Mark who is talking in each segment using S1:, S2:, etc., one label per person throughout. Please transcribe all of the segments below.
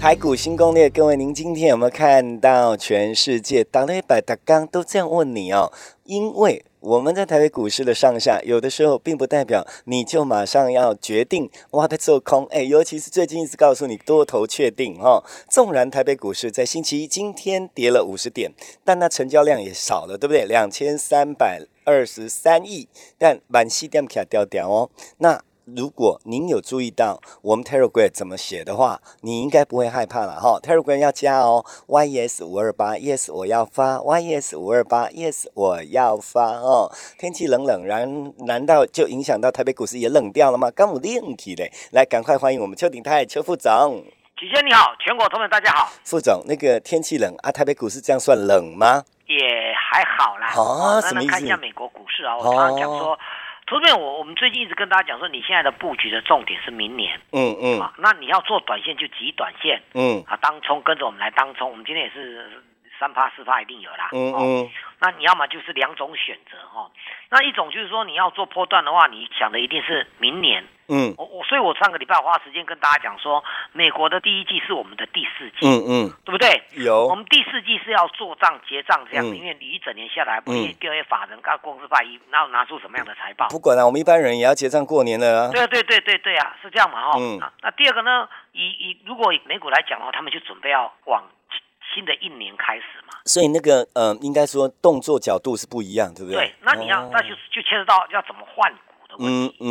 S1: 台股新攻略，各位，您今天有没有看到全世界打了一百大纲都这样问你哦？因为我们在台北股市的上下，有的时候并不代表你就马上要决定哇在做空，哎，尤其是最近一直告诉你多头确定哦。纵然台北股市在星期一今天跌了五十点，但那成交量也少了，对不对？两千三百二十三亿，但满西点卡掉掉哦。那如果您有注意到我们 Telegram 怎么写的话，你应该不会害怕了哈。Telegram 要加哦，yes 五二八，yes 我要发，yes 五二八，yes 我要发哦。天气冷冷，然难道就影响到台北股市也冷掉了吗？刚我练起嘞，来赶快欢迎我们邱鼎泰邱副总。
S2: 启先你好，全国同仁大家好，
S1: 副总，那个天气冷啊，台北股市这样算冷吗？
S2: 也还好啦。
S1: 哦
S2: 那
S1: 什么意思哦
S2: 看一下美国股市啊，我常常讲说，图片我我们最近一直跟大家讲说，你现在的布局的重点是明年
S1: 嗯嗯
S2: 啊，那你要做短线就急短线
S1: 嗯
S2: 啊，当冲跟着我们来当冲，我们今天也是三趴四趴一定有啦。
S1: 嗯
S2: 哦
S1: 嗯
S2: 那你要么就是两种选择哦，那一种就是说你要做波段的话，你想的一定是明年。
S1: 嗯
S2: 我我所以，我上个礼拜花时间跟大家讲说，美国的第一季是我们的第四季，
S1: 嗯嗯，
S2: 对不对？我
S1: 有
S2: 们第四季是要做账结账这样子，
S1: 嗯
S2: 因为你一整年下来，不
S1: 嗯
S2: 列各位法人、各公司派一，然后拿出什么样的财报？
S1: 不管了、我们一般人也要结账过年了啊。
S2: 对啊，对对对对啊，是这样嘛哈、
S1: 嗯
S2: 啊那第二个呢，以以如果以美股来讲的话，他们就准备要往新新的一年开始嘛。
S1: 所以那个呃，应该说动作角度是不一样，对不对？
S2: 对，那你要、
S1: 哦
S2: 那就就牵涉到要怎么换股的问
S1: 嗯
S2: 题、
S1: 嗯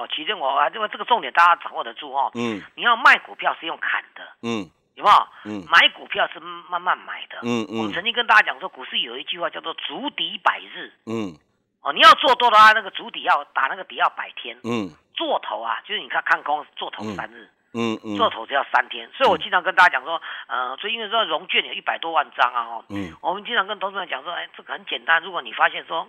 S2: 哦。其实我啊，这个这个重点大家掌握得住哦。
S1: 嗯
S2: 你要卖股票是用砍的，
S1: 嗯
S2: 有没有？
S1: 嗯
S2: 买股票是慢慢买的。
S1: 嗯
S2: 我们
S1: 嗯
S2: 曾经跟大家讲说，股市有一句话叫做“足底百日”。
S1: 嗯
S2: 哦，你要做多的话，那个足底要打那个底要百天，
S1: 嗯
S2: 做头啊，就是你看看空做头三日，
S1: 嗯嗯，
S2: 做头只要三天。所以我经常跟大家讲说，呃，所以因为说融券有一百多万张啊，哦，
S1: 嗯
S2: 我们经常跟投资人讲说，哎，这个很简单，如果你发现说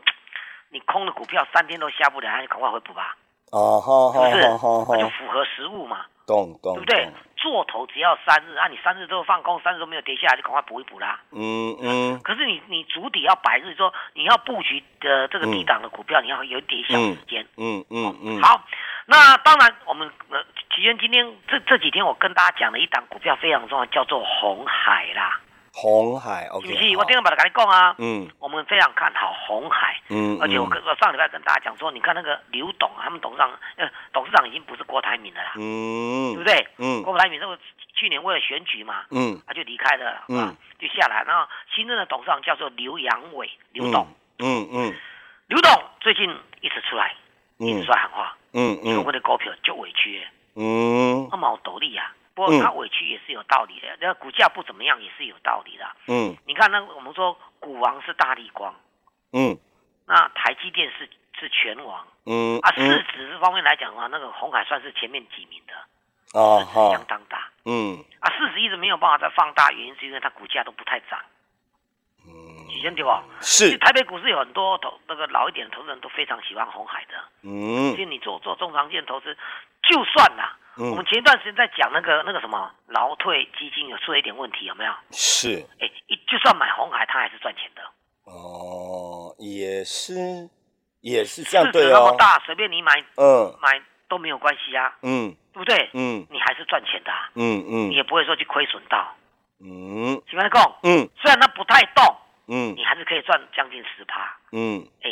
S2: 你空的股票三天都下不了，那你赶快回补吧，
S1: 哦，好
S2: 是不
S1: 好
S2: 是？
S1: 好好
S2: 那就
S1: 好，
S2: 符合实物嘛，
S1: 懂懂，
S2: 对不对
S1: 懂？
S2: 做头只要三日，啊，你三日都放空，三日都没有跌下来，就赶快补一补啦。
S1: 嗯嗯
S2: 可是你你主底要百日，说你要布局的这个低档的股票，你要有一点小时间。
S1: 嗯嗯嗯，，
S2: 哦好，那当然，我们呃，其实今天这这几天我跟大家讲的一档股票非常重要，叫做红海啦。
S1: 红海
S2: 是
S1: OK，
S2: 不是？
S1: 好
S2: 我今天把它跟你讲啊，
S1: 嗯
S2: 我们非常看好红海，
S1: 嗯，
S2: 而且我
S1: 嗯
S2: 跟我上礼拜跟大家讲说，你看那个刘董他们董事长呃董事长已经不是郭台铭了啦，
S1: 嗯
S2: 对不？对？
S1: 嗯
S2: 郭台铭那个去年为了选举嘛，
S1: 嗯
S2: 他就离开了啦，
S1: 嗯
S2: 啊，就下来。然后新任的董事长叫做刘阳伟，刘董，
S1: 嗯嗯
S2: 刘董最近一直出来，一直
S1: 嗯
S2: 出来喊话，
S1: 嗯
S2: 中
S1: 嗯
S2: 国的股票就委屈了，
S1: 嗯
S2: 那么有道理啊。不过他委屈也是有道理的，那股价不怎么样也是有道理的。
S1: 嗯
S2: 你看那个我们说股王是大力光，
S1: 嗯
S2: 那台积电是是拳王
S1: 嗯
S2: 啊，市值这方面来讲的话，那个红海算是前面几名的，
S1: 哦
S2: 市值相
S1: 好，
S2: 当大
S1: 嗯
S2: 啊。市值一直没有办法再放大，原因是因为它股价都不太涨，你
S1: 嗯
S2: 先听我。其实
S1: 是
S2: 台北股市有很多投那个老一点的投资人都非常喜欢红海的，
S1: 嗯
S2: 其实你做做中长线投资，就算啦、我
S1: 嗯
S2: 们前一段时间在讲那个那个什么劳退基金有出了一点问题，有没有？
S1: 是
S2: 哎，一就算买红海，它还是赚钱的。
S1: 哦也是也是这
S2: 市
S1: 样
S2: 值
S1: 对
S2: 那么
S1: 哦，
S2: 大，随便你买
S1: 嗯
S2: 买都没有关系啊，
S1: 嗯
S2: 对不对？
S1: 嗯
S2: 你还是赚钱的、啊，
S1: 嗯嗯
S2: 你也不会说去亏损到。
S1: 嗯
S2: 请问讲，
S1: 嗯
S2: 虽然它不太动，
S1: 嗯
S2: 你还是可以赚将近十趴。
S1: 嗯
S2: 哎，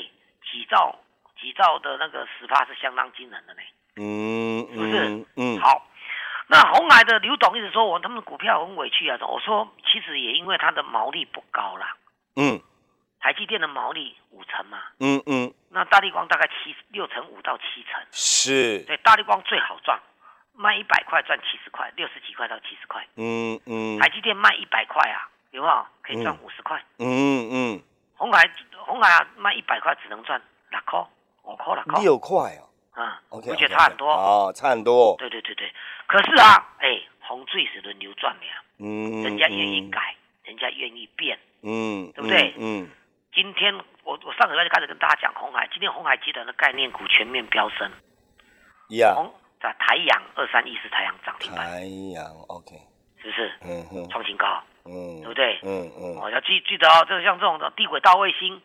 S2: 几兆几兆的那个十趴是相当惊人的呢。
S1: 嗯嗯嗯
S2: 好，那红海的刘董一直说我他们的股票很委屈啊，我说其实也因为它的毛利不高啦，
S1: 嗯
S2: 台积电的毛利五成嘛，
S1: 嗯嗯
S2: 那大力光大概七六成五到七成，
S1: 是
S2: 对，大力光最好赚，卖一百块赚七十块，六十几块到七十块，
S1: 嗯嗯
S2: 台积电卖一百块啊，有没有？可以赚
S1: 嗯
S2: 五十块。
S1: 嗯嗯，
S2: 红海红海啊，卖一百块只能赚六块，五块六块。
S1: 六块哦
S2: 啊，我
S1: ，OK，
S2: 觉得差很多。
S1: 哦，差很多，
S2: 对对对对，可是啊，哎，洪水是轮流转的呀，
S1: 嗯，
S2: 人家愿意
S1: 음,
S2: 改，人家愿意变。
S1: 嗯，嗯，
S2: 对不对
S1: 嗯，
S2: 今天我我上个礼拜就开始跟大家讲红海，今天红海集团的概念股全面飙升，
S1: 呀，
S2: 红在台阳二三一四台阳涨停板，
S1: 太阳，OK，
S2: 是不是
S1: 嗯哼，
S2: 创新高？
S1: 嗯，
S2: 对不对
S1: 嗯嗯
S2: 哦，要记记得哦，就是像这种的地轨到卫星，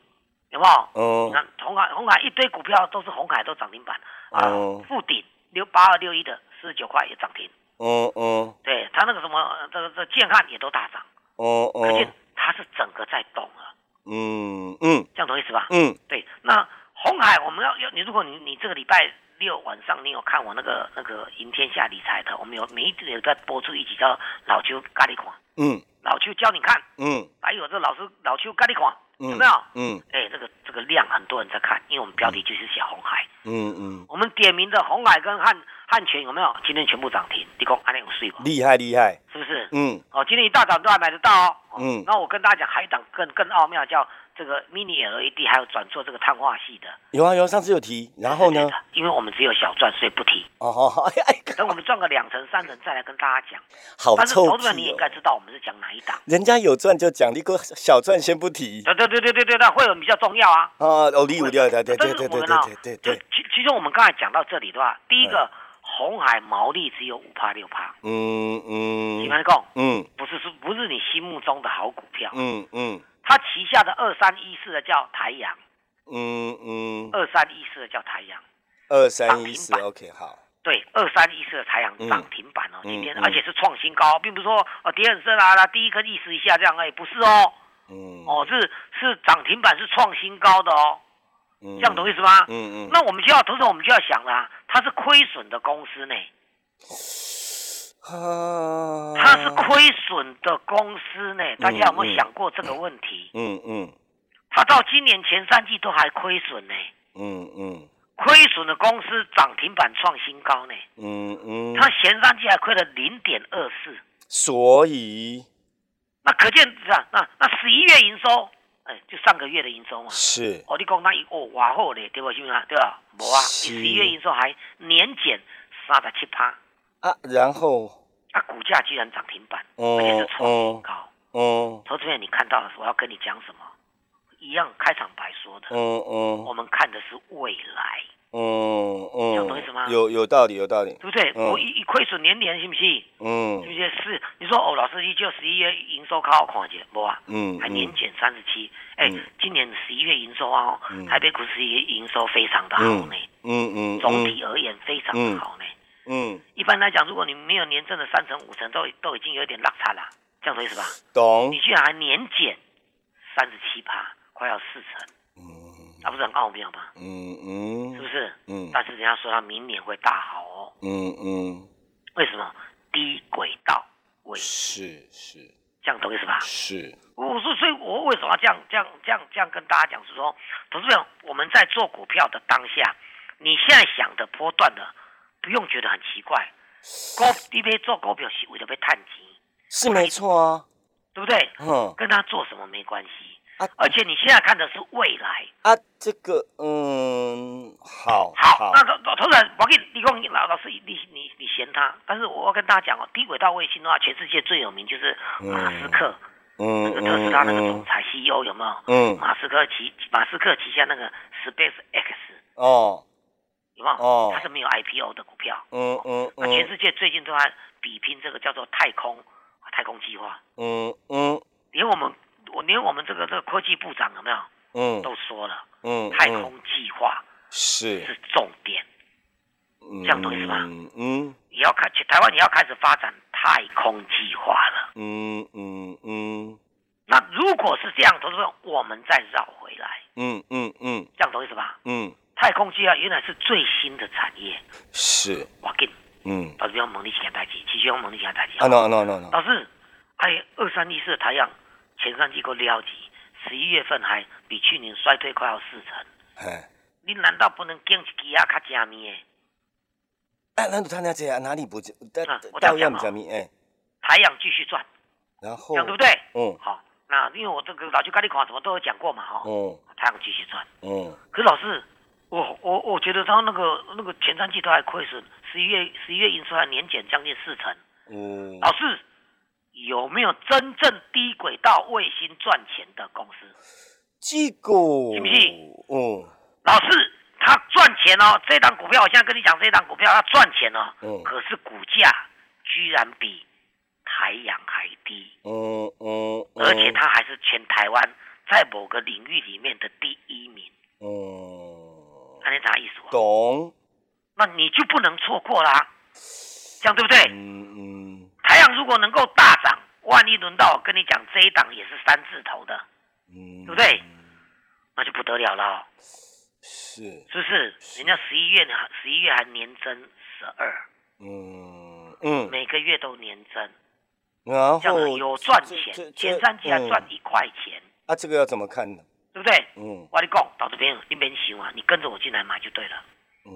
S2: 有没有？
S1: 嗯，
S2: 你看红海红海一堆股票都是红海都涨停板啊
S1: 哦，
S2: 富鼎六八二六一的四十九块也涨停，
S1: 嗯嗯
S2: 对它那个什么呃这个这建汉也都大涨，
S1: 嗯
S2: 可
S1: 嗯
S2: 见它是整个在动啊，
S1: 嗯嗯
S2: 这样懂意思吧？
S1: 嗯，
S2: 对，那红海我们要要你，如果你你这个礼拜六晚上你有看我那个那个赢天下理财的，我们有每一个礼拜播出一集叫老邱咖喱款，
S1: 嗯
S2: 老邱教你看，
S1: 嗯
S2: 还有这老师老邱咖喱款，
S1: 嗯，
S2: 有没有？
S1: 嗯
S2: 哎，这个这个量很多人在看，因为我们标题就是写红海，
S1: 嗯嗯，
S2: 我们点名的红海跟汉汉泉有没有？今天全部涨停，你讲安利有睡吧？
S1: 厉害厉害，
S2: 是不是？
S1: 嗯
S2: 哦，今天一大早都还买得到哦。哦
S1: 嗯
S2: 那我跟大家讲，还有一档更更奥妙，叫这个 mini LED，还有转做这个碳化系的。
S1: 有啊有啊，上次有提，然后 呢
S2: 对？的？因为我们只有小赚，所以不提。
S1: 哦好好，哎哎，
S2: 等我们赚个两成、三成再来跟大家讲。
S1: 好
S2: 但是
S1: 臭
S2: 投资者你
S1: 屁
S2: 也
S1: 哦
S2: 应，该知道我们是讲哪一档。
S1: 人家有赚就奖励，个小赚先不提
S2: 对对对对对对对，会有比较重要啊。
S1: 啊，哦，礼物掉的，对对
S2: 但是
S1: 对
S2: 我
S1: 对
S2: 们啊
S1: 对对对嗯
S2: 就
S1: 对，
S2: 其其实我们刚才讲到这里的话，第一个红海毛利只有五趴六趴，
S1: 嗯
S2: 你
S1: 嗯
S2: 们讲
S1: 嗯
S2: 不是说不是你心目中的好股票。
S1: 嗯嗯
S2: 它旗下的二三一四的叫台阳，
S1: 嗯嗯，
S2: 二三一四的叫台阳。
S1: 二三一四
S2: 涨停板
S1: ，OK，好，
S2: 对，二三一四的台阳
S1: 嗯
S2: 涨停板哦，今天、
S1: 嗯嗯
S2: 而且是创新高，并不是说呃跌很深啊，那第一颗意识一下这样而已，不是哦，
S1: 嗯，
S2: 哦是是涨停板是创新高的哦，
S1: 嗯，
S2: 这样懂意思吗？
S1: 嗯嗯，
S2: 那我们就要，同时我们就要想啦、它是亏损的公司呢，
S1: 啊，
S2: 它是亏损的公司呢，大家有
S1: 嗯
S2: 没
S1: 嗯
S2: 有想过这个问题？
S1: 嗯嗯
S2: 它到今年前三季都还亏损呢，
S1: 嗯嗯
S2: 亏损的公司涨停板创新高呢，
S1: 嗯嗯，
S2: 它前三季还亏了零点二四，
S1: 所以
S2: 那可见是啊，那那十一月营收，哎，就上个月的营收嘛。
S1: 是
S2: 哦，你讲那一哦，哇好嘞，对不？是不是啊？对吧？无啊，
S1: 是
S2: 你十一月营收还年减三十七趴，
S1: 啊，然后
S2: 啊，股价居然涨停板，
S1: 哦
S2: 而且是创新高。
S1: 嗯
S2: 投资人，你看到了，我要跟你讲什么？一样开场白说的，
S1: 嗯
S2: 我
S1: 嗯
S2: 们看的是未来，
S1: 嗯
S2: 这样懂意思吗
S1: 嗯，有有道理有道理，
S2: 对不对？
S1: 嗯
S2: 我一一亏损连连，信不信？
S1: 嗯
S2: 信不信？是你说哦，老师，你就十一月营收靠看一下，无啊？
S1: 嗯
S2: 还年减三十七，哎
S1: 嗯，
S2: 今年十一月营收啊，哦
S1: 嗯
S2: 台北股市也营收非常的好
S1: 嗯
S2: 呢，
S1: 嗯嗯
S2: 总体而言非常的好呢。
S1: 嗯
S2: 一般来讲，如果你没有年增的三成五成，都都已经有一点落差啦，这样的意思吧？
S1: 懂
S2: 你居然还年减三十七趴，快要四成，那、不是很奥妙吗？
S1: 嗯
S2: 是
S1: 嗯
S2: 不是？
S1: 嗯
S2: 但是人家说他明年会大好哦，
S1: 嗯嗯
S2: 为什么？低轨道位，
S1: 是是
S2: 这样懂意思吧？
S1: 是
S2: 我说，所以我为什么要这样这样这样这样跟大家讲？是说，投资朋友，我们在做股票的当下，你现在想的波段的，不用觉得很奇怪。股，你要做股票是为了要探钱，
S1: 是没错啊，
S2: 对不对？
S1: 嗯
S2: 跟他做什么没关系
S1: 啊。
S2: 而且你现在看的是未来。
S1: 啊，这个嗯好
S2: 好，那投投资人，我给你讲，老老师，你你你你嫌他，但是我要跟大家讲哦，低轨道卫星的话，全世界最有名就是马斯克，
S1: 嗯
S2: 那个特斯
S1: 嗯
S2: 拉那个总
S1: 嗯
S2: 裁 CEO 有没有？
S1: 嗯
S2: 马斯克旗马斯克旗下那个 Space X
S1: 哦
S2: 有没有？
S1: 哦
S2: 它是没有 IPO 的股票。
S1: 嗯嗯
S2: 那全
S1: 嗯
S2: 世界最近都在比拼这个叫做太空啊太空计划，
S1: 嗯嗯
S2: 连我们我连我们这个这个科技部长有没有
S1: 嗯
S2: 都说了，
S1: 嗯
S2: 太空计划
S1: 是
S2: 是重点，
S1: 这
S2: 样懂意思吗
S1: 嗯嗯
S2: 也要开台湾也要开始发展太空计划了。
S1: 嗯嗯嗯
S2: 那如果是这样，投资者，我们再绕回来，
S1: 嗯嗯嗯
S2: 这样懂意思吧？
S1: 嗯，
S2: 太空计划原来是最新的产业，
S1: 是，
S2: 我给
S1: 嗯，
S2: 老师用猛力起代机，继续用猛力起代机。
S1: 啊 no no no no，
S2: 老师，哎，二三一四的台阳前三季够了急，十一月份还比去年衰退快要四成，
S1: 哎，
S2: 你难道不能跟一支啊较正面的？
S1: 哎，那他那这样哪里不，但
S2: 啊我这
S1: 到
S2: 样
S1: 样
S2: 讲
S1: 不
S2: 哦
S1: 怎么哎，
S2: 台阳继续赚，
S1: 然后
S2: 这样对不对？
S1: 嗯
S2: 好，那因为我这个老去咖喱款什么都有讲过嘛，哈、哦，
S1: 嗯
S2: 他想继续赚。
S1: 嗯，
S2: 可是老师，我我我觉得他那个那个前三季都还亏损，十一月十一月营收还年减将近四成。
S1: 嗯，
S2: 老师，有没有真正低轨道卫星赚钱的公司？
S1: 这个，
S2: 啊是不是
S1: 嗯
S2: 老师，他赚钱哦，这档股票我现在跟你讲，这档股票他赚钱哦，
S1: 嗯
S2: 可是股价居然比台阳还低，
S1: 嗯嗯，
S2: 而且他还是全台湾在某个领域里面的第一名，
S1: 嗯，
S2: 那你啥意思啊？
S1: 懂，
S2: 那你就不能错过啦，这样对不对？
S1: 嗯嗯
S2: 台阳如果能够大涨，万一轮到我跟你讲这一档也是三字头的，
S1: 嗯，
S2: 对不对？那就不得了了哦、
S1: 是，
S2: 是不是？人家十一月呢，十一月还年增十二，
S1: 嗯嗯，
S2: 每个月都年增，
S1: 然
S2: 这样啊
S1: 后
S2: 有赚
S1: 这这
S2: 钱，
S1: 这
S2: 前三季还赚
S1: 嗯
S2: 一块钱，
S1: 啊，这个要怎么看呢？
S2: 对不对？
S1: 嗯
S2: 我跟你讲，到这边你别想啊，你跟着我进来买就对了，
S1: 嗯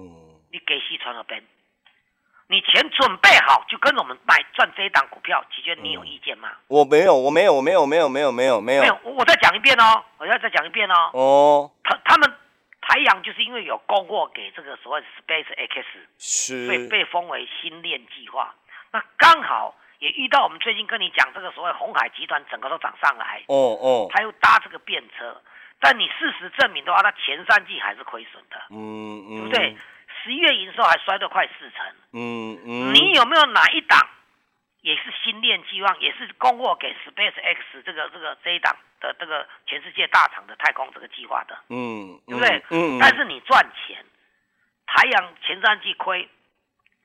S2: 你给西川那边，你钱准备好就跟着我们买赚这一档股票，齐娟，你有意见吗？
S1: 我没有，我没有，我没有，没有，没有，没有，没
S2: 没有
S1: 有。，
S2: 我我再讲一遍哦，我要再讲一遍哦，
S1: 哦，
S2: 他他们。台阳就是因为有供货给这个所谓 Space X，所以
S1: 是，
S2: 被封为新链计划。那刚好也遇到我们最近跟你讲这个所谓红海集团整个都涨上来，
S1: 哦哦，
S2: 他又搭这个便车，但你事实证明的话，他前三季还是亏损的，
S1: 嗯
S2: 对
S1: 嗯，
S2: 不对？？十一月营收还衰退快四成，
S1: 嗯嗯，
S2: 你有没有哪一档也是新链计划，也是供货给 Space X 这个这个这一档的这个全世界大厂的太空这个计划的？
S1: 嗯，
S2: 对不对？
S1: 嗯，
S2: 但是你赚钱，台阳前三季亏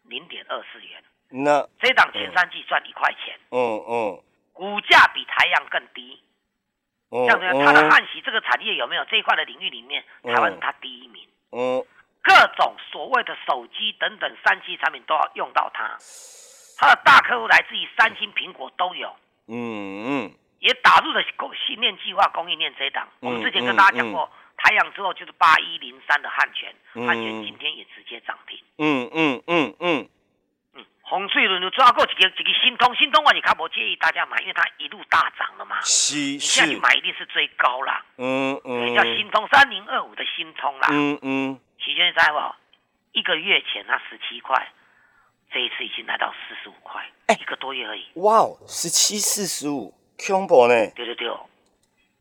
S2: 零点二四元，
S1: 那，哦
S2: 这档前三季赚一块钱，
S1: 嗯嗯
S2: 股价比台阳更低。
S1: 嗯，
S2: 这样子，它的汉喜这个产业有没有这一块的领域里面，
S1: 嗯
S2: 台湾它第一名。
S1: 嗯
S2: 各种所谓的手机等等三 C 产品都要用到它，它的大客户来自于三星、苹果都有，
S1: 嗯嗯
S2: 也打入了供信念计划供应链这一档。我们之前跟
S1: 嗯
S2: 大家讲过，台阳之后就是八一零三的汉泉，
S1: 嗯
S2: 汉泉今天也直接涨停。
S1: 嗯嗯嗯嗯，
S2: 嗯，洪水轮流抓过一个一个新通，新通我也较不介意大家买，因为它一路大涨了嘛。
S1: 是
S2: 你现在
S1: 是
S2: 去，买一定是最高啦，
S1: 嗯嗯，
S2: 叫新通三零二五的新通啦。
S1: 嗯嗯，
S2: 期间你知道不？一个月前它十七块，这一次已经来到四十五块，
S1: 哎
S2: 一个多月而已。
S1: 哇哦，十七四十五，恐怖呢，
S2: 对对对哦，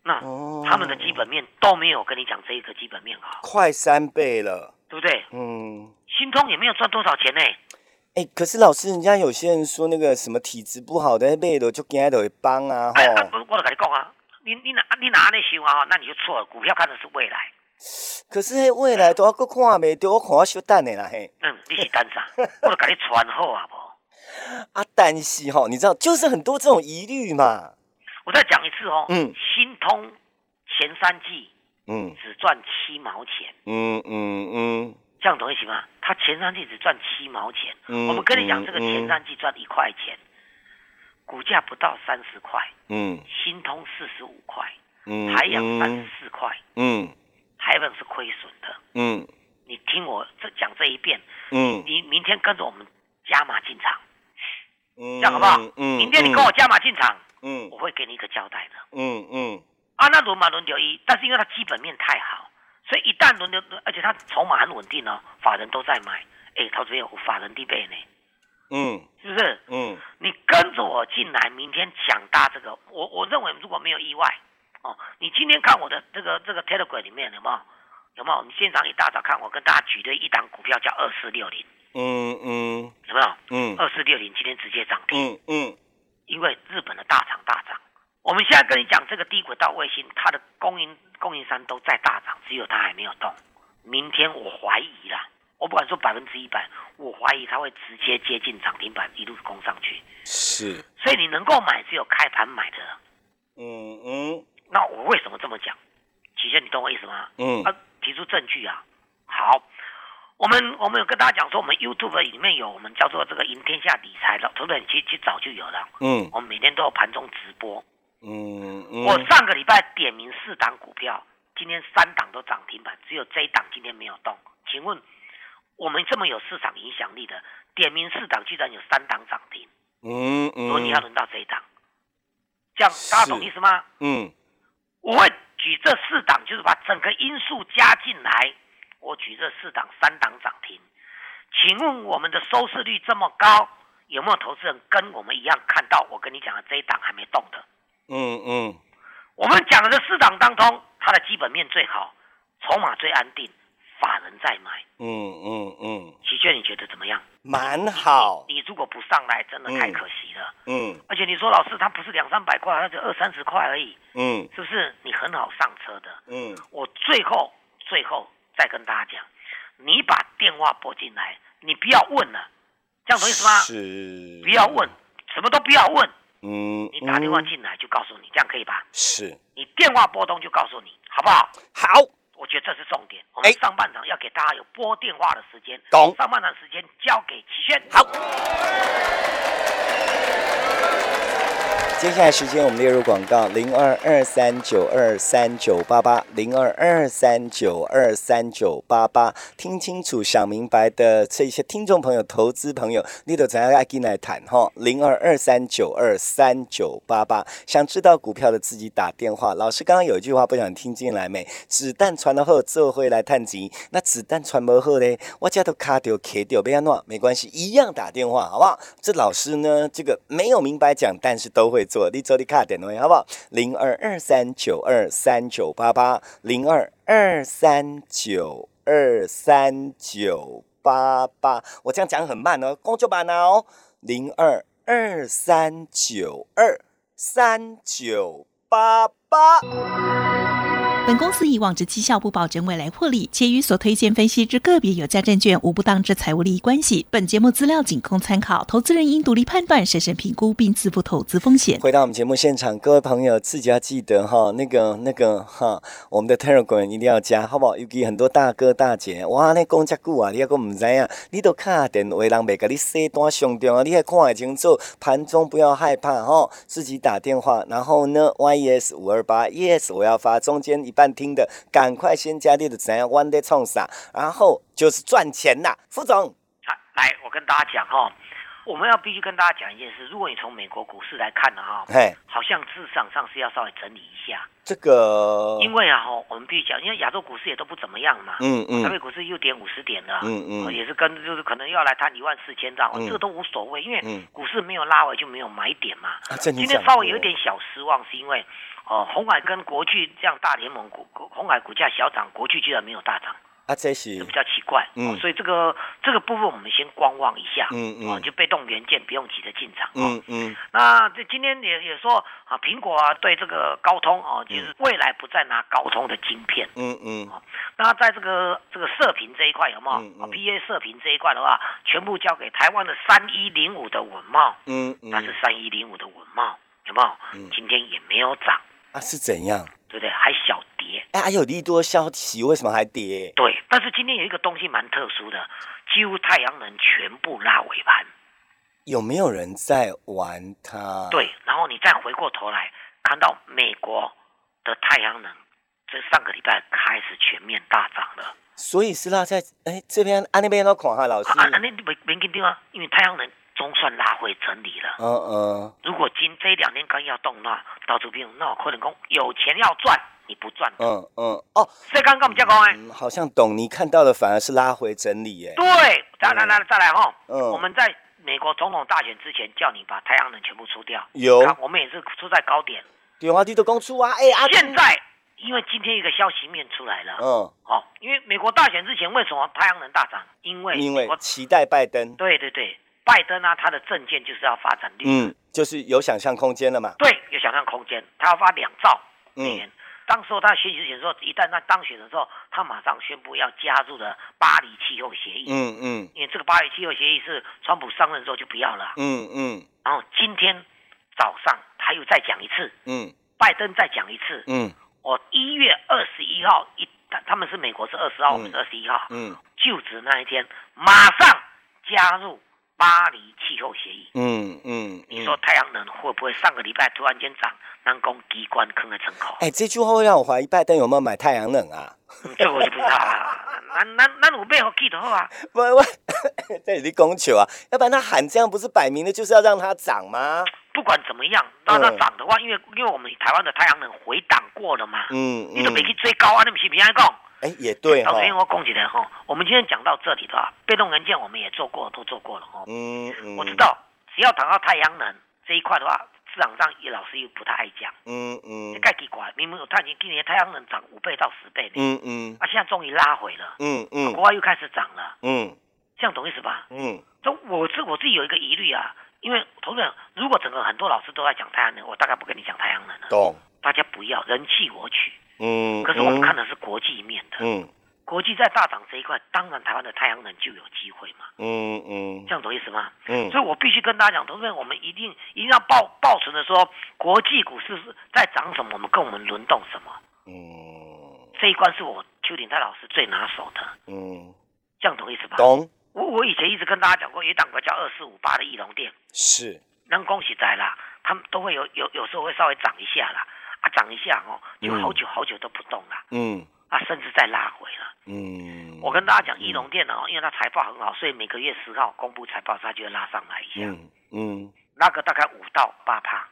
S2: 那
S1: 哦
S2: 他们的基本面都没有跟你讲这一个基本面好，
S1: 快三倍了，
S2: 对不对？
S1: 嗯。
S2: 新通也没有赚多少钱呢，
S1: 哎、可是老师，人家有些人说那个什么体质不好的，背的就给他都会帮啊，
S2: 哎， 啊
S1: 吼。
S2: 我我就跟你讲啊，你你拿你拿那想啊，那你就错了，股票看的是未来。
S1: 可是迄未来都还佫看未到，我看我小等的啦嘿。
S2: 嗯，你是干啥？我都给你传好啊，无？
S1: 啊，但是吼，你知道，就是很多这种疑虑嘛。
S2: 我再讲一次哦。
S1: 嗯
S2: 新通前三季
S1: 嗯
S2: 只赚七毛钱，
S1: 嗯嗯嗯
S2: 这样懂意思吗？他前三季只赚七毛钱，
S1: 嗯
S2: 我们跟你讲，这个
S1: 嗯
S2: 前三季赚一块钱，股价不到三十块，
S1: 嗯
S2: 新通四十五块，
S1: 嗯
S2: 台阳三十四块，
S1: 嗯
S2: 台本是亏损的。
S1: 嗯
S2: 你听我这讲这一遍，
S1: 嗯，
S2: 你明天跟着我们加码进场，
S1: 这
S2: 这样好不好？明天你跟我加码进场，
S1: 嗯
S2: 我会给你一个交代的。
S1: 嗯嗯
S2: 啊，那轮嘛轮流一，但是因为它基本面太好，所以一旦轮流，而且它筹码很稳定哦，法人都在买，哎，投资人有法人地备呢，
S1: 嗯
S2: 是不是？
S1: 嗯
S2: 你跟着我进来，明天抢大这个，我我认为如果没有意外，哦，你今天看我的这个这个 Telegram 里面有没有有没有？你现场一大早看我跟大家举的一档股票叫二四六零，
S1: 嗯嗯
S2: 有没有？
S1: 嗯
S2: 二四六零今天直接涨停，
S1: 嗯嗯
S2: 因为日本的大厂大涨。我们现在跟你讲这个低轨道卫星，它的供应供应商都在大涨，只有它还没有动。明天我怀疑啦，我不敢说百分之一百，我怀疑它会直接接近涨停板，一路攻上去。
S1: 是
S2: 所以你能够买，只有开盘买的人。
S1: 嗯嗯
S2: 那我为什么这么讲？启轩，你懂我意思吗？
S1: 嗯
S2: 啊，提出证据啊。好，我们我们有跟大家讲说，我们 YouTube 里面有我们叫做这个“赢天下理财”的，投资人去去找就有了。
S1: 嗯
S2: 我们每天都有盘中直播。
S1: 嗯嗯，
S2: 我上个礼拜点名四档股票，今天三档都涨停板，只有这一档今天没有动。请问，我们这么有市场影响力的，点名四档居然有三档涨停，
S1: 嗯
S2: 如果
S1: 嗯
S2: 你要轮到这一档，这样大家懂意思吗？
S1: 嗯，
S2: 我会举这四档，就是把整个因素加进来。我举这四档，三档涨停。请问我们的收视率这么高，有没有投资人跟我们一样看到我跟你讲的这一档还没动的？
S1: 嗯嗯
S2: 我们讲的这四档当中，它的基本面最好，筹码最安定，法人在买。
S1: 嗯嗯嗯，
S2: 奇娟，你觉得怎么样？
S1: 蛮好。
S2: 你如果不上来，真的太可惜了。
S1: 嗯
S2: 而且你说老师，它不是两三百块，它就二三十块而已，
S1: 嗯
S2: 是不是？你很好上车的。
S1: 嗯
S2: 我最后最后再跟大家讲，你把电话拨进来，你不要问了，这样懂意思吗？
S1: 是。
S2: 不要问，什么都不要问，
S1: 嗯。嗯，
S2: 你打电话进来就告诉你，这样可以吧？
S1: 是
S2: 你电话拨通就告诉你，好不好？
S1: 好，
S2: 我觉得这是重点。我们
S1: 哎
S2: 上半场要给大家有拨电话的时间，
S1: 懂
S2: 上半场时间交给齐轩。
S1: 好。接下来时间我们列入广告，零二二三九二三九八八，零二二三九二三九八八，听清楚、想明白的这些听众朋友、投资朋友，你都怎样爱进来谈哈？零二二三九二三九八八，想知道股票的自己打电话。老师刚刚有一句话不想听进来没？子弹传到后，做会来探及。那子弹传不后嘞，我家都卡掉、卡掉，被安诺没关系，一样打电话，好不好？这老师呢，这个没有明白讲，但是都会做。你走你卡点位，好不好？零二二三九二三九八八，零二二三九二三九八八。我这样讲很慢哦，工作版哦，零二二三九二三九八八。
S3: 本公司以往之绩效不保证未来获利，且与所推荐分析之个别有价证券无不当之财务利益关系。本节目资料仅供参考，投资人应独立判断、审慎评估并自负投资风险。
S1: 回到我们节目现场，各位朋友自己要记得哈，那个那个哈，我们的 Telegram 一定要加，好不好？尤其很多大哥大姐，哇，那讲遮久啊，你还个唔知影，你都卡电话，人袂甲你洗单上吊啊，你还看会清楚。盘中不要害怕哈，自己打电话，然后呢，YES 五二八，YES 我要发，中间一半听的，赶快先加，你就知影 One Day 冲啥，然后就是赚钱啦，副总。
S2: 啊，来，我跟大家讲哈、哦，我们要必须跟大家讲一件事，如果你从美国股市来看的哈、
S1: 嘿，
S2: 好像市场上是要稍微整理一下，
S1: 这个，
S2: 因为啊哈、我们必须讲，因为亚洲股市也都不怎么样嘛，
S1: 嗯嗯
S2: 台北股市又点五十点了，
S1: 嗯嗯
S2: 哦也是跟就是可能要来探一万四千这样，哦
S1: 嗯
S2: 这个都无所谓，因为
S1: 嗯
S2: 股市没有拉回就没有买点嘛。
S1: 啊，这你
S2: 今
S1: 讲
S2: 天稍
S1: 过
S2: 微有一点小失望，是因为哦，红海跟国巨这样大联盟股，股红海股价小涨，国巨居然没有大涨，
S1: 啊，这是
S2: 比较奇怪。
S1: 嗯
S2: 哦所以这个这个部分我们先观望一下。
S1: 嗯嗯
S2: 哦，就被动元件不用急着进场。哦
S1: 嗯嗯
S2: 那这今天也也说啊，苹果啊对这个高通哦，就是未来不再拿高通的晶片。
S1: 嗯嗯
S2: 那在这个这个射频这一块有没有、
S1: 嗯嗯
S2: 啊 p a 射频这一块的话，全部交给台湾的三一零五的文茂，
S1: 嗯
S2: 那是
S1: 嗯，
S2: 三一零五的文茂有没有？
S1: 嗯
S2: 今天也没有涨，
S1: 啊是怎样？
S2: 对不对？还小跌。
S1: 哎，还有利多消息，为什么还跌？
S2: 对，但是今天有一个东西蛮特殊的，几乎太阳能全部拉尾盘。
S1: 有没有人在玩它？，
S2: 对，然后你再回过头来看到美国的太阳能，这上个礼拜开始全面大涨了。
S1: 所以是落在哎这边啊那边都看哈老师，
S2: 啊，啊那你没没跟定啊，因为太阳能总算拉回整理了。
S1: 嗯嗯
S2: 如果今这两天刚要动那到处变，那我可能讲有钱要赚，你不赚，
S1: 嗯嗯，哦，
S2: 所以刚刚我们讲讲哎，
S1: 嗯好像懂你看到的反而是拉回整理耶。
S2: 对，再来来再来哈，
S1: 嗯
S2: 我们在美国总统大选之前叫你把太阳能全部出掉，
S1: 有
S2: 啊我们也是出在高点，
S1: 对啊，你都讲出啊，哎啊，
S2: 现在因为今天一个消息面出来了，
S1: 嗯，
S2: 哦，因为美国大选之前为什么太阳能大涨？因为
S1: 因
S2: 美
S1: 为
S2: 国
S1: 期待拜登，
S2: 对对对，拜登啊，他的政见就是要发展绿，
S1: 嗯，就是有想象空间了嘛。
S2: 对，有想象空间，他要发两兆美元。
S1: 嗯
S2: 当时候他选举之前说，一旦他当选的时候，他马上宣布要加入了巴黎气候协议。
S1: 嗯嗯
S2: 因为这个巴黎气候协议是川普上任之后就不要了。啊
S1: 嗯嗯
S2: 然后今天早上他又再讲一次，
S1: 嗯
S2: 拜登再讲一次。
S1: 嗯
S2: 我一月二十一号一，他他们是美国是二十
S1: 嗯
S2: 号，我们是二十一号，
S1: 嗯
S2: 就职那一天马上加入巴黎气候协议。
S1: 嗯嗯，
S2: 你说太阳能会不会上个礼拜突然间涨，让公机关坑了成口？
S1: 哎，这句话会让我怀疑拜登有没有买太阳能啊？
S2: 嗯这个我就不知道了。咱咱咱有买互去就好啊。
S1: 不我 这里供求啊，要不然他喊这样不是摆明的就是要让它涨吗？
S2: 不管怎么样，那那
S1: 嗯
S2: 涨的话，因为因为我们台湾的太阳能回档过了嘛，
S1: 嗯
S2: 你都
S1: 嗯
S2: 没，去追高啊，你不是平安讲。
S1: 哎、也对哈
S2: 老，师，我讲起来哈，我们今天讲到这里的话，被动元件我们也做过，都做过了哦。
S1: 嗯嗯，
S2: 我知，道，只要谈到太阳能这一块的话，市场上也老师又不太爱讲，
S1: 嗯嗯
S2: 太奇怪，明明有太阳，今年太阳能涨五倍到十倍呢，
S1: 嗯嗯
S2: 啊，现在终于拉回了，
S1: 嗯嗯
S2: 国外又开始涨了，
S1: 嗯
S2: 这样懂意思吧？
S1: 嗯，
S2: 这我自我自己有一个疑虑啊，因为同仁，如果整个很多老师都在讲太阳能，我大概不跟你讲太阳能了，
S1: 懂，
S2: 大家不要人气我取，
S1: 嗯，
S2: 可是我们
S1: 嗯
S2: 看，的是国际面的，
S1: 嗯
S2: 国际在大涨这一块，当然台湾的太阳能就有机会嘛，
S1: 嗯嗯
S2: 这样懂意思吗？
S1: 嗯
S2: 所以我必须跟大家讲，同志们，我们一定一定要抱抱存的说，国际股市是在涨什么，我们跟我们轮动什么，
S1: 嗯
S2: 这一关是我邱鼎泰老师最拿手的，
S1: 嗯，
S2: 这样懂意思吧？。
S1: 懂，
S2: 我我以前一直跟大家讲过，有一档股叫二四五八的翼龙店，
S1: 是，
S2: 能恭喜在啦，他们都会有有有时候会稍微涨一下啦，啊涨一下哦，就好久好久都不动啦，
S1: 嗯
S2: 啊甚至再拉回了。
S1: 嗯，
S2: 我跟大家讲，翼龙店哦，因为它财报很好，所以每个月十号公布财报，它就会拉上来一下，
S1: 嗯嗯
S2: 拉个大概五到八趴，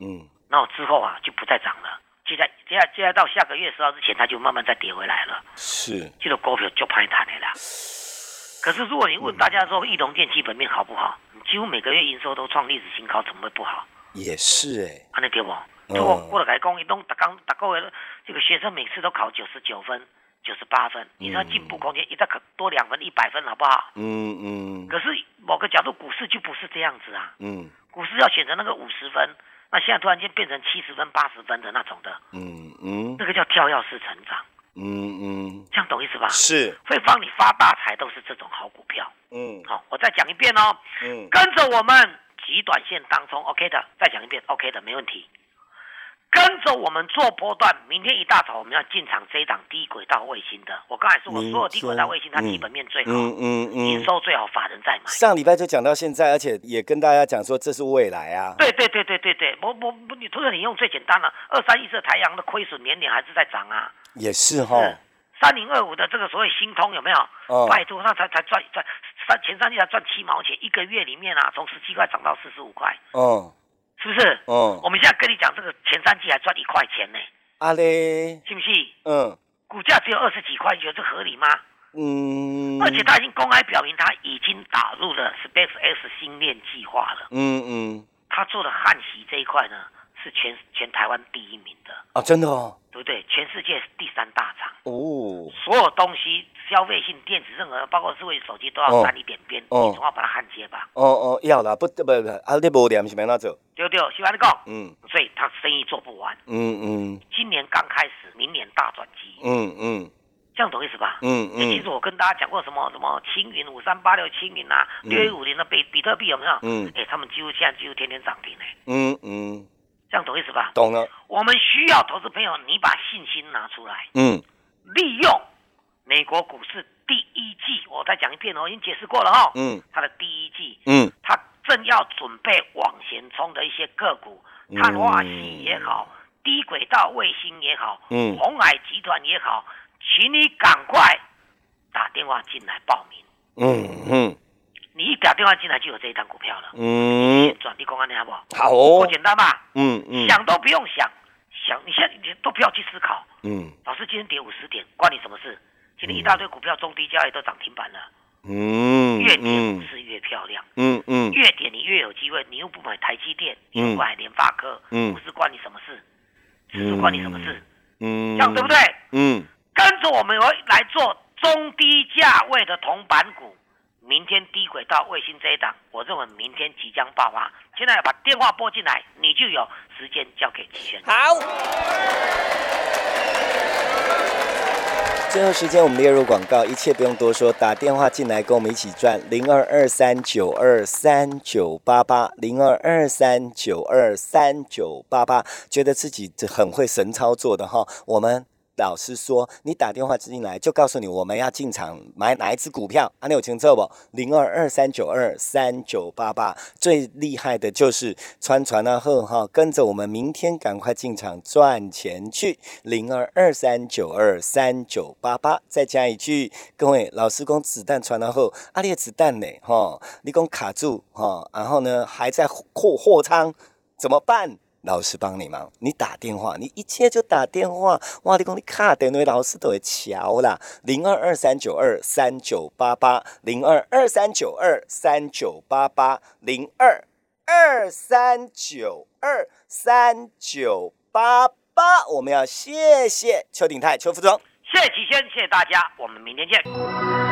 S1: 嗯
S2: 然后之后啊就不再涨了。接下接下接下来到下个月十号之前，它就慢慢再跌回来了，
S1: 是，
S2: 这个股票就拍弹的啦。可是如果你问大家说翼龙店基本面好不好，几乎每个月营收都创历史新高，怎么会不好？
S1: 也是哎、
S2: 安尼对无？
S1: 嗯
S2: 所以我我就甲伊讲，伊拢逐工逐个月，这个学生每次都考九十九分、九十八分，你说进步空间一再可多两分、一百分，好不好？
S1: 嗯嗯
S2: 可是某个角度，股市就不是这样子啊，
S1: 嗯
S2: 股市要选择那个五十分，那现在突然间变成七十分、八十分的那种的，
S1: 嗯嗯
S2: 那个叫跳跃式成长，
S1: 嗯嗯，
S2: 这样懂意思吧？
S1: 是，
S2: 会帮你发大财都是这种好股票。
S1: 嗯
S2: 好、我再讲一遍哦，
S1: 嗯
S2: 跟着我们极短线当中 OK 的，再讲一遍 OK 的，没问题。跟着我们做波段，明天一大早我们要进场这一档低轨道卫星的。我刚才说，我所有低轨道卫星它
S1: 明天
S2: 基本面最好，
S1: 嗯嗯
S2: 营
S1: 嗯，
S2: 收最好，法人在买。
S1: 上礼拜就讲到现在，而且也跟大家讲说这是未来啊，
S2: 对对对对对对，我我我你同学你用最简单了，二三一四台阳的亏损年年还是在涨啊。
S1: 也是哈，
S2: 三零二五的这个所谓新通有没有？
S1: 哦
S2: 拜托，那才才赚赚三前三季才赚七毛钱，一个月里面啊，从十七块涨到四十五块，
S1: 嗯
S2: 是不是？我
S1: 嗯，
S2: 们现在跟你讲，这个前三季还赚一块钱呢，
S1: 阿嘞，
S2: 信不信？
S1: 嗯
S2: 股价只有二十几块，你觉得这合理吗？
S1: 嗯，
S2: 而且他已经公开表明，他已经打入了 SpaceX 星链计划了。
S1: 嗯嗯，
S2: 他做的汉席这一块呢，是全全台湾第一名的，
S1: 哦，真的哦，
S2: 对不对？全世界是第三大厂，
S1: 哦，
S2: 所有东西、消费性电子任何，包括智慧手机都要
S1: 哦
S2: 沾一点边，
S1: 哦
S2: 你总要把它焊接吧，
S1: 哦哦，要啦，不不不，阿你无念是免那走，
S2: 对不对？喜欢你讲，
S1: 嗯
S2: 所以他生意做不完，
S1: 嗯嗯
S2: 今年刚开始，明年大转机，
S1: 嗯嗯
S2: 这样懂意思吧？
S1: 嗯
S2: 欸其
S1: 嗯
S2: 实我跟大家讲过什么什么青云五三八六青云啊，
S1: 嗯
S2: 六一五零的比比特币有没有？
S1: 嗯
S2: 哎、他们几乎现在几乎天天涨停哎、
S1: 嗯嗯，
S2: 这样懂意思吧？
S1: 懂了，
S2: 我们需要投资朋友，你把信心拿出来，
S1: 嗯
S2: 利用美国股市第一季，我再讲一遍哦，已经解释过了哦，
S1: 嗯
S2: 它的第一季，
S1: 嗯
S2: 它正要准备往前冲的一些个股，
S1: 嗯
S2: 碳化系也好，低轨道卫星也好，
S1: 嗯
S2: 红海集团也好，请你赶快打电话进来报名。
S1: 嗯嗯
S2: 你一打电话进来就有这一档股票了，
S1: 嗯，
S2: 转地公安你好不好？
S1: 好哦
S2: 多，简单吧，
S1: 嗯嗯
S2: 想都不用想，想你现在你都不要去思考。
S1: 嗯
S2: 老师今天跌五十点，关你什么事？今天一大堆股票中低价也都涨停板了，
S1: ừ, 嗯
S2: 越跌股市越漂亮，
S1: 嗯嗯
S2: 越跌你越有机会。你又不买台积电，你又不买联发科，
S1: 嗯
S2: 股市关你什么事？指数关你什么事？
S1: 嗯，
S2: 这样对不对？？
S1: 嗯
S2: 跟着我们来做中低价位的铜板股。明天低轨道卫星这一档，我认为明天即将爆发。现在把电话拨进来，你就有时间交给齐轩。
S1: 好。最后时间，我们列入广告，一切不用多说，打电话进来跟我们一起赚零二二三九二三九八八零二二三九二三九八八。觉得自己很会神操作的哈，我们老师说，你打电话进来就告诉你我们要进场买哪一只股票，啊，你有清楚不？零二二三九二三九八八，最厉害的就是川传啊后哈，跟着我们明天赶快进场赚钱去，零二二三九二三九八八，再加一句，各位老师讲子弹传到后，啊，你的子弹呢？哈、你讲卡住哈、然后呢还在货货仓怎么办？老师帮你忙，你打电话，你一切就打电话。哇，你讲你卡电话，老师都会瞧啦。零二二三九二三九八八，零二二三九二三九八八，零二二三九二三九八八。我们要谢谢邱鼎泰、邱副总。
S2: 谢谢齐先，谢谢大家，我们明天见。